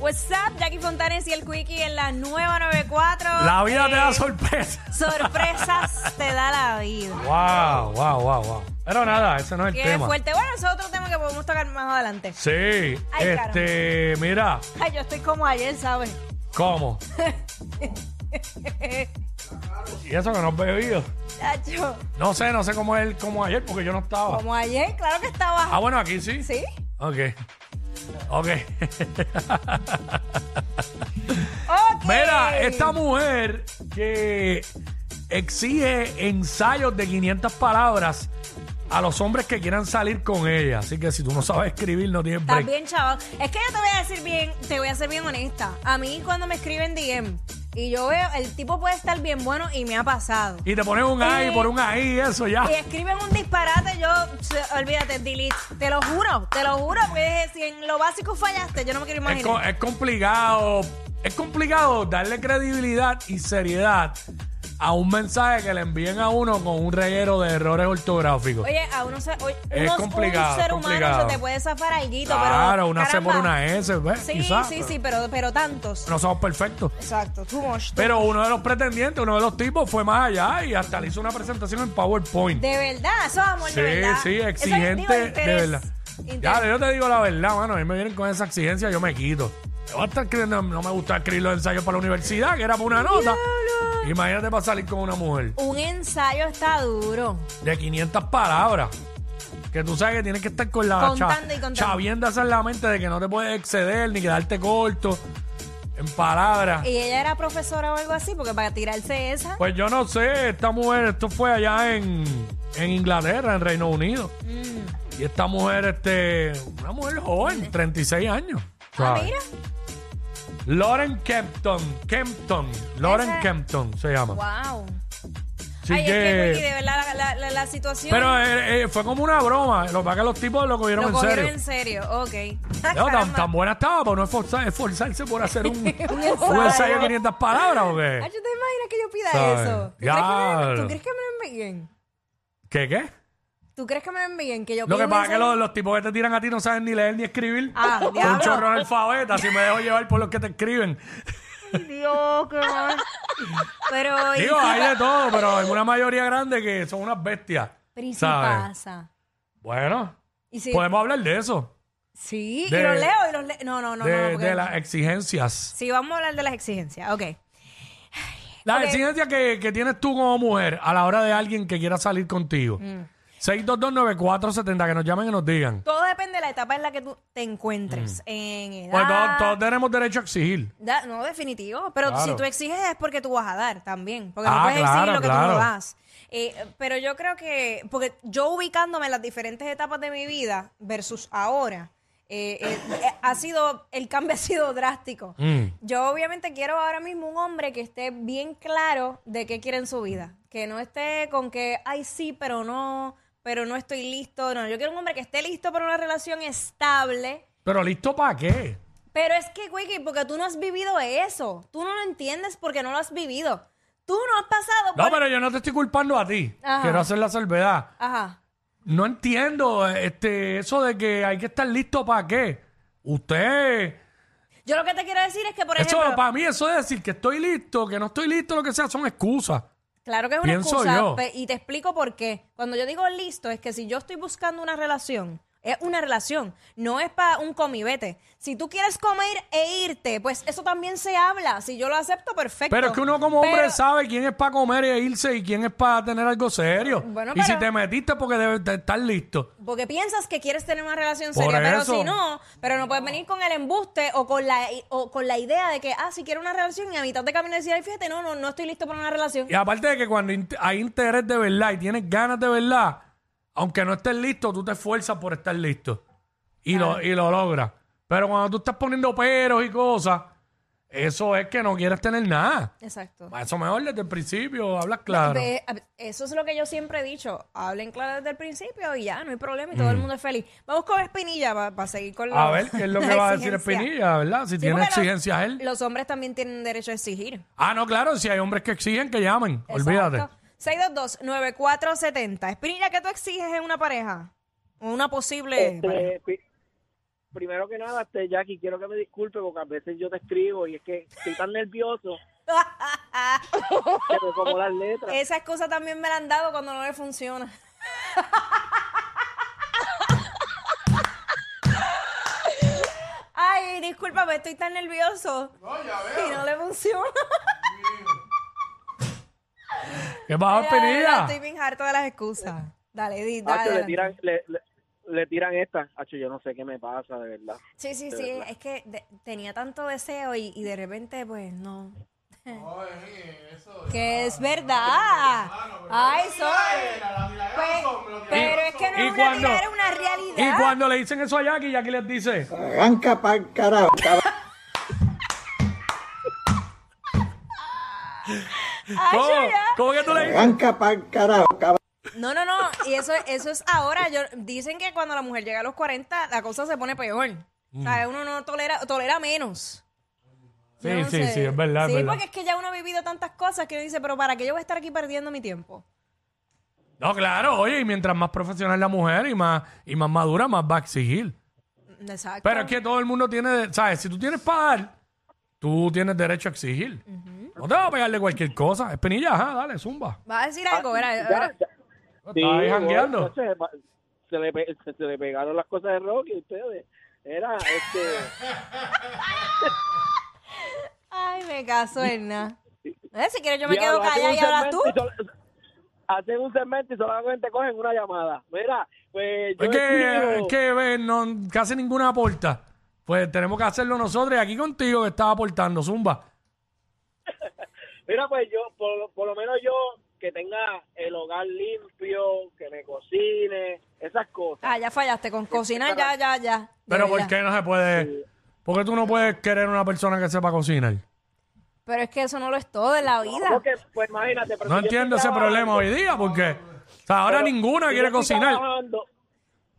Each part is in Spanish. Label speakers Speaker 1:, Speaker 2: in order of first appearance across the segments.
Speaker 1: What's up, Jackie Fontanes y el Quickie en la nueva 94.
Speaker 2: La vida te da
Speaker 1: Eh,
Speaker 2: sorpresa.
Speaker 1: sorpresas. te da la vida.
Speaker 2: Wow, wow, wow, wow. Pero nada, ese no es el
Speaker 1: Qué
Speaker 2: tema.
Speaker 1: fuerte. Bueno, eso es otro tema que podemos tocar más adelante.
Speaker 2: Sí,
Speaker 1: Ay,
Speaker 2: este, mira,
Speaker 1: Ay, yo estoy como ayer, ¿sabes?
Speaker 2: ¿cómo? y eso que no has bebido.
Speaker 1: Chacho,
Speaker 2: No sé, no sé cómo es el- como ayer, porque yo no estaba.
Speaker 1: como ayer, claro que estaba.
Speaker 2: Ah, bueno, aquí sí.
Speaker 1: ¿Sí?
Speaker 2: Ok. Ok.
Speaker 1: Ok.
Speaker 2: Mira, esta mujer que exige ensayos de 500 palabras a los hombres que quieran salir con ella. Así que si tú no sabes escribir, no tienes break.
Speaker 1: Estás bien, chaval. Es que yo te voy a decir bien, te voy a ser bien honesta. A mí cuando me escriben DM y yo veo, el tipo puede estar bien bueno y me ha pasado.
Speaker 2: Y te pones un ahí
Speaker 1: Sí.
Speaker 2: por un ahí, eso ya.
Speaker 1: Y escriben un disparate, yo, se- olvídate, delete. Te lo juro, te lo juro, porque si en lo básico fallaste, yo no me quiero
Speaker 2: Es, co-
Speaker 1: imaginar.
Speaker 2: es complicado. Es complicado darle credibilidad y seriedad a un mensaje que le envíen a uno con un reguero de errores ortográficos.
Speaker 1: Oye, a uno, se, oye,
Speaker 2: Es
Speaker 1: unos-
Speaker 2: complicado,
Speaker 1: un ser
Speaker 2: complicado.
Speaker 1: humano se te puede zafar alguito, pero.
Speaker 2: claro, una C por
Speaker 1: caramba.
Speaker 2: una S, ¿ves?
Speaker 1: Sí,
Speaker 2: Quizás,
Speaker 1: sí,
Speaker 2: pero
Speaker 1: sí, pero, pero tantos.
Speaker 2: No somos perfectos.
Speaker 1: Exacto, too much.
Speaker 2: Pero uno de los pretendientes, uno de los tipos, fue más allá y hasta le hizo una presentación en PowerPoint.
Speaker 1: De verdad, eso es amor
Speaker 2: sí,
Speaker 1: de verdad.
Speaker 2: sí,
Speaker 1: Eso es,
Speaker 2: exigente,
Speaker 1: digo,
Speaker 2: de
Speaker 1: interés.
Speaker 2: verdad.
Speaker 1: Interés.
Speaker 2: Ya, yo te digo la verdad, mano. A mí me vienen con esa exigencia, yo me quito. Yo voy a estar escribiendo- no me gusta escribir los ensayos para la universidad, que era para una nota.
Speaker 1: Diablo.
Speaker 2: Imagínate para salir con una mujer
Speaker 1: Un ensayo está duro.
Speaker 2: de 500 palabras. Que tú sabes que tienes que estar con la
Speaker 1: Contando y contando.
Speaker 2: chaviendas en la mente de que no te puedes exceder ni quedarte corto en palabras.
Speaker 1: ¿Y ella era profesora o algo así? Porque para tirarse esa.
Speaker 2: Pues yo no sé, esta mujer, esto fue allá en, en Inglaterra, en Reino Unido.
Speaker 1: Mm. Ah,
Speaker 2: Y esta mujer, este, una mujer joven, 36 años.
Speaker 1: Ah,
Speaker 2: ¿sabes?
Speaker 1: mira.
Speaker 2: Lauren Kempton, Kempton, Lauren
Speaker 1: Esa-
Speaker 2: Kempton se llama.
Speaker 1: Wow.
Speaker 2: Así
Speaker 1: Ay,
Speaker 2: que-
Speaker 1: es que, Quickie, de verdad, la, la- la- la situación.
Speaker 2: pero eh, eh, fue como una broma, lo que pasa es que los tipos lo cogieron
Speaker 1: lo
Speaker 2: en
Speaker 1: cogieron
Speaker 2: serio.
Speaker 1: en serio. Ok. Ah,
Speaker 2: No, tan,
Speaker 1: Caramba.
Speaker 2: tan buena estaba para no esforzar- esforzarse por hacer un, un
Speaker 1: ensayo.
Speaker 2: ensayo de 500 palabras o
Speaker 1: Ay,
Speaker 2: qué.
Speaker 1: ¿tú te imaginas que yo pida
Speaker 2: ¿Sabes?
Speaker 1: eso? ¿Tú crees, que me,
Speaker 2: Diablo.
Speaker 1: ¿Tú crees que me lo envíen?
Speaker 2: ¿Qué qué?
Speaker 1: ¿Tú crees que me lo envíen? Que yo
Speaker 2: Lo
Speaker 1: pida
Speaker 2: que
Speaker 1: un
Speaker 2: pasa es que
Speaker 1: ensayo?
Speaker 2: los, los tipos que te tiran a ti no saben ni leer ni escribir.
Speaker 1: Ah,
Speaker 2: Son un
Speaker 1: diablo.
Speaker 2: chorro analfabeta, si me dejo llevar por los que te escriben.
Speaker 1: Ay, Dios, qué mal. Pero. ¿y
Speaker 2: Digo,
Speaker 1: si-
Speaker 2: hay de todo, pero hay una mayoría grande que son unas bestias.
Speaker 1: pero ¿y si
Speaker 2: ¿sabes?
Speaker 1: pasa?
Speaker 2: Bueno,
Speaker 1: ¿Y si-
Speaker 2: podemos hablar de eso,
Speaker 1: Sí,
Speaker 2: Pues, de-
Speaker 1: y los leo y los leo. No, no, no.
Speaker 2: de,
Speaker 1: no, porque-
Speaker 2: de las exigencias.
Speaker 1: Sí, vamos a hablar de las exigencias. Ok.
Speaker 2: Las
Speaker 1: Ok.
Speaker 2: exigencias que, que tienes tú como mujer a la hora de alguien que quiera salir contigo.
Speaker 1: Mm.
Speaker 2: 6229470, que nos llamen y nos digan.
Speaker 1: Todo depende de la etapa en la que tú te encuentres. En edad.
Speaker 2: Pues todos, todos tenemos derecho a exigir.
Speaker 1: Da- no, definitivo. Pero
Speaker 2: Claro.
Speaker 1: si tú exiges es porque tú vas a dar también. Porque
Speaker 2: Ah,
Speaker 1: no puedes
Speaker 2: claro,
Speaker 1: exigir lo que tú
Speaker 2: claro.
Speaker 1: no das. Eh, pero yo creo que, porque yo ubicándome en las diferentes etapas de mi vida versus ahora, eh, eh, eh, ha sido, el cambio ha sido drástico.
Speaker 2: Mm.
Speaker 1: Yo obviamente quiero ahora mismo un hombre que esté bien claro de qué quiere en su vida. Que no esté con que, ay, sí, pero no, pero no estoy listo. No, yo quiero un hombre que esté listo para una relación estable.
Speaker 2: Pero ¿listo para qué?
Speaker 1: Pero es que, Wiki, porque tú no has vivido eso. Tú no lo entiendes porque no lo has vivido. Tú no has pasado
Speaker 2: No,
Speaker 1: por...
Speaker 2: pero yo no te estoy culpando a ti.
Speaker 1: Ajá.
Speaker 2: Quiero hacer la salvedad.
Speaker 1: Ajá.
Speaker 2: No entiendo este, eso de que hay que estar listo para qué. Usted,
Speaker 1: Yo lo que te quiero decir es que, por
Speaker 2: eso
Speaker 1: ejemplo...
Speaker 2: para mí, eso de decir que estoy listo, que no estoy listo, lo que sea, son excusas.
Speaker 1: Claro que es una
Speaker 2: Pienso
Speaker 1: excusa
Speaker 2: yo.
Speaker 1: pe- y te explico por qué. Cuando yo digo listo, es que si yo estoy buscando una relación, es una relación, no es para un comibete. Si tú quieres comer e irte, pues eso también se habla. Si yo lo acepto, perfecto.
Speaker 2: Pero es que uno como hombre
Speaker 1: Pero-
Speaker 2: sabe quién es para comer e irse y quién es para tener algo serio.
Speaker 1: Bueno,
Speaker 2: y si
Speaker 1: pero-
Speaker 2: te metiste porque debes de estar listo.
Speaker 1: Porque piensas que quieres tener una relación
Speaker 2: Por
Speaker 1: seria, pero
Speaker 2: eso.
Speaker 1: si no, pero no puedes venir con el embuste o con la o con la idea de que, ah, si quiero una relación y a mitad de camino decir, ay, fíjate, no, no, no estoy listo para una relación.
Speaker 2: Y aparte de que cuando int- hay interés de verdad y tienes ganas de verdad, aunque no estés listo, tú te esfuerzas por estar listo. Y, lo, y lo logras. Pero cuando tú estás poniendo peros y cosas, eso es que no quieres tener nada.
Speaker 1: Exacto.
Speaker 2: Eso mejor desde el principio, hablas claro.
Speaker 1: Ve- a- Eso es lo que yo siempre he dicho. Hablen claro desde el principio y ya, no hay problema y todo el mundo es feliz. Vamos con Espinilla para seguir con la
Speaker 2: Mm. A ver qué es lo que
Speaker 1: la
Speaker 2: va a decir
Speaker 1: exigencia.
Speaker 2: Espinilla, ¿verdad? Si
Speaker 1: Sí,
Speaker 2: tiene
Speaker 1: porque los-
Speaker 2: exigencias él.
Speaker 1: Los hombres también tienen derecho a exigir.
Speaker 2: Ah, no, claro, si hay hombres que exigen, que llamen. Olvídate.
Speaker 1: Exacto. 622-9470. Espinilla, ¿qué tú exiges en una pareja? O una posible. pareja.
Speaker 3: Este, pi- primero que nada, este, Jackie, quiero que me disculpe porque a veces yo te escribo y es que estoy tan nervioso que me como las letras.
Speaker 1: Esa excusa también me la han dado cuando no le funciona. Ay, discúlpame, estoy tan nervioso. Y no le funciona.
Speaker 2: ¿Qué pasa,
Speaker 1: Mira, de verdad,
Speaker 2: Pinilla?
Speaker 1: Estoy bien harta de las excusas. Dale, di,
Speaker 3: Acho,
Speaker 1: dale.
Speaker 3: Ah, le tiran, le, le- le tiran esta. Acho, yo no sé qué me pasa, de verdad.
Speaker 1: Sí, sí,
Speaker 3: de
Speaker 1: sí.
Speaker 3: verdad.
Speaker 1: Es que de- tenía tanto deseo y, y de repente, pues, no. Que es verdad. Ay, son. Pues, pero es que no
Speaker 2: Y
Speaker 1: es una
Speaker 2: cuando-
Speaker 1: tiradera, es una
Speaker 2: Y
Speaker 1: realidad.
Speaker 2: cuando le dicen eso a Jackie, Jackie les dice,
Speaker 4: Arranca pa'l carajo.
Speaker 1: Ay,
Speaker 2: ¿cómo,
Speaker 1: yo ya-
Speaker 2: ¿Cómo que tú le dices?
Speaker 4: Arranca pa'l carajo, cabrón.
Speaker 1: No, no, no. Y eso, eso es ahora. Yo, dicen que cuando la mujer llega a los 40, la cosa se pone peor. O sea, uno no tolera, tolera menos.
Speaker 2: Mm. Sí,
Speaker 1: Yo no
Speaker 2: sí,
Speaker 1: sé.
Speaker 2: sí, es verdad, es
Speaker 1: Sí,
Speaker 2: verdad.
Speaker 1: porque es que ya uno ha vivido tantas cosas que uno dice, pero ¿para qué yo voy a estar aquí perdiendo mi tiempo?
Speaker 2: No, claro, oye, y mientras más profesional la mujer y más, y más madura, más va a exigir.
Speaker 1: Exacto.
Speaker 2: Pero es que todo el mundo tiene, ¿sabes? Si tú tienes para dar, tú tienes derecho a exigir. No te vas a pegarle cualquier cosa. Espinilla, ajá, dale, zumba.
Speaker 1: Va a decir algo,
Speaker 3: Ah,
Speaker 1: verá,
Speaker 3: ya,
Speaker 1: verá.
Speaker 3: ya. Sí,
Speaker 2: Estaba ahí
Speaker 3: bueno,
Speaker 2: jangueando.
Speaker 3: Se, le pa- se le, pe- se- se le pegaron las cosas de Rocky a ustedes. Era, este,
Speaker 1: Ay, me caso, Hernán. Eh, si quieres yo me
Speaker 3: diablo,
Speaker 1: quedo
Speaker 3: hacen
Speaker 1: callada
Speaker 3: un
Speaker 1: y hablas tú.
Speaker 3: segmento y solo- hacen un segmento y solamente cogen una llamada. Mira, pues yo
Speaker 2: Es que,
Speaker 3: escribo-
Speaker 2: es que ve, no, casi ninguna aporta. Pues tenemos que hacerlo nosotros y aquí contigo que estás aportando, zumba.
Speaker 3: Mira, pues yo, por, lo- por lo menos yo, que tenga el hogar limpio, que me cocine, esas cosas.
Speaker 1: Ah, ya fallaste con cocinar, ya, ya, ya. De
Speaker 2: Pero ¿por
Speaker 1: verdad.
Speaker 2: qué no se puede? ¿Por qué tú no puedes querer una persona que sepa cocinar?
Speaker 1: Pero es que eso no lo es todo en la vida.
Speaker 3: Porque, pues imagínate. pero
Speaker 2: No
Speaker 3: si yo
Speaker 2: entiendo ese
Speaker 3: estoy
Speaker 2: problema
Speaker 3: trabajando,
Speaker 2: hoy día porque o sea, ahora
Speaker 3: pero
Speaker 2: ninguna
Speaker 3: si yo
Speaker 2: quiere
Speaker 3: estoy
Speaker 2: cocinar.
Speaker 3: trabajando-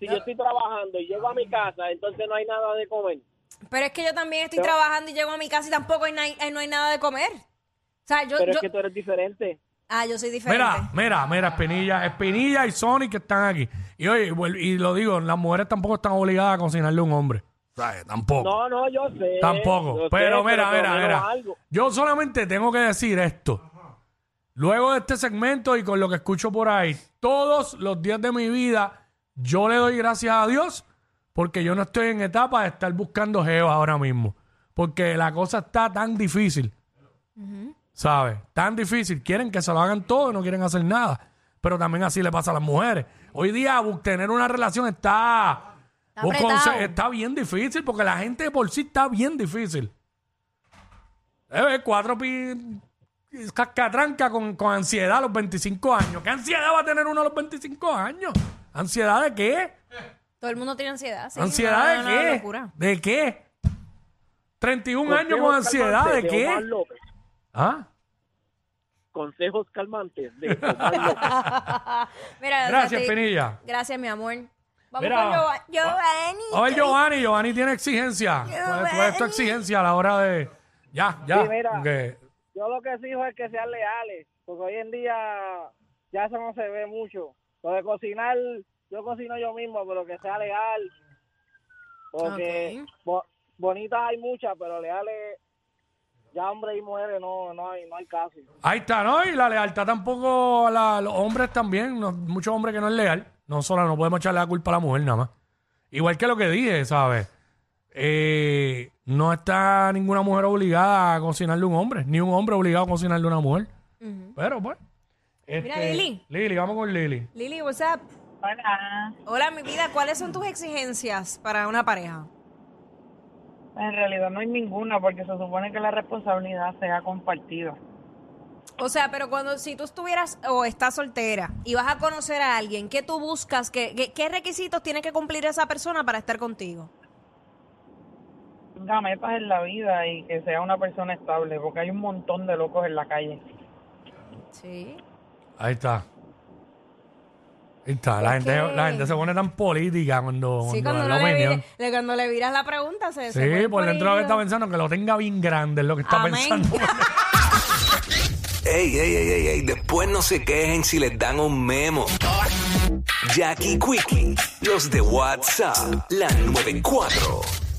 Speaker 3: si yo estoy trabajando y llego a mi casa, entonces no hay nada de comer.
Speaker 1: Pero es que yo también estoy
Speaker 3: Pero-
Speaker 1: trabajando y llego a mi casa y tampoco hay, na- eh, no hay nada de comer. O sea, yo...
Speaker 3: Pero es
Speaker 1: yo-
Speaker 3: que tú eres diferente.
Speaker 1: Ah, yo soy diferente.
Speaker 2: Mira, mira, mira, Espinilla, Espinilla y Sonic que están aquí. Y oye, vuel- y lo digo, las mujeres tampoco están obligadas a cocinarle a un hombre. O sea, Tampoco.
Speaker 3: No, no, yo sé.
Speaker 2: Tampoco.
Speaker 3: yo sé,
Speaker 2: pero mira,
Speaker 3: por lo
Speaker 2: mira,
Speaker 3: menos
Speaker 2: mira.
Speaker 3: algo.
Speaker 2: Yo solamente tengo que decir esto. Luego de este segmento y con lo que escucho por ahí, todos los días de mi vida, yo le doy gracias a Dios porque yo no estoy en etapa de estar buscando jeva ahora mismo. Porque la cosa está tan difícil. ¿Sabes? Tan difícil. Quieren que se lo hagan todo y no quieren hacer nada. Pero también así le pasa a las mujeres. Hoy día bu- tener una relación está...
Speaker 1: Está
Speaker 2: un conse-
Speaker 1: apretado.
Speaker 2: está bien difícil porque la gente de por sí está bien difícil. Eh, ve, cuatro pi... cascatranca con, con ansiedad a los 25 años. ¿Qué ansiedad va a tener uno a los 25 años? ¿Ansiedad de qué?
Speaker 1: Todo el mundo tiene ansiedad. sí.
Speaker 2: ¿Ansiedad
Speaker 1: No, no,
Speaker 2: de
Speaker 1: no,
Speaker 2: qué?
Speaker 1: locura.
Speaker 2: ¿De qué? 31 años
Speaker 3: Consejos
Speaker 2: con ansiedad, ¿de
Speaker 3: calmantes
Speaker 2: qué?
Speaker 3: Omar López.
Speaker 2: ¿Ah?
Speaker 3: Consejos calmantes de Omar López.
Speaker 1: Mira,
Speaker 2: Gracias,
Speaker 1: Tati.
Speaker 2: Penilla.
Speaker 1: Gracias, mi amor. Vamos
Speaker 2: Mira,
Speaker 1: con
Speaker 3: Ah.
Speaker 1: Giova- Giovanni.
Speaker 2: A ver, Giovanni, Giovanni tiene exigencia. ¿Cuál es, cuál es tu exigencia a la hora de. Ya, ya.
Speaker 3: Sí, mira.
Speaker 2: porque-
Speaker 3: Yo lo que exijo es que sean leales, porque hoy en día ya eso no se ve mucho. Lo de cocinar, yo cocino yo mismo, pero que sea leal. Porque
Speaker 1: Ok.
Speaker 3: bo- bonitas hay muchas, pero leales, ya hombres y mujeres no, no hay, no hay casi.
Speaker 2: ahí está, ¿no? Y la lealtad tampoco a la- los hombres también. no- muchos hombres que no es leal. No solo no podemos echarle la culpa a la mujer nada más. Igual que lo que dije, ¿sabes? Eh, no está ninguna mujer obligada a cocinarle a un hombre, ni un hombre obligado a cocinarle a una mujer. Pero pues.
Speaker 1: Mira,
Speaker 2: este,
Speaker 1: Lili.
Speaker 2: Lili, vamos con Lili.
Speaker 1: Lili, what's up?
Speaker 5: Hola.
Speaker 1: Hola, mi vida. ¿Cuáles son tus exigencias para una pareja?
Speaker 5: Pues, En realidad no hay ninguna porque se supone que la responsabilidad sea compartida.
Speaker 1: O sea, pero cuando si tú estuvieras o estás soltera y vas a conocer a alguien, ¿qué tú buscas? ¿Qué, qué, qué requisitos tiene que cumplir esa persona para estar contigo?
Speaker 5: Tenga metas en la vida y que sea una persona estable porque hay un montón de locos en la calle.
Speaker 1: Sí.
Speaker 2: Ahí está. Ahí está. La
Speaker 1: Es
Speaker 2: gente,
Speaker 1: que-
Speaker 2: la gente se pone tan política cuando,
Speaker 1: Sí,
Speaker 2: cuando
Speaker 1: cuando,
Speaker 2: da
Speaker 1: no
Speaker 2: la
Speaker 1: le,
Speaker 2: opinión.
Speaker 1: vire- le- cuando le viras la pregunta se se
Speaker 2: Sí,
Speaker 1: ponen
Speaker 2: por dentro lo que está
Speaker 1: políticos.
Speaker 2: pensando, que lo tenga bien grande es lo que está
Speaker 1: Amén.
Speaker 2: pensando.
Speaker 6: Ey, ey, ey, ey, ey, después no se quejen si les dan un memo. Jackie Quickie, los de WhatsApp, la 94.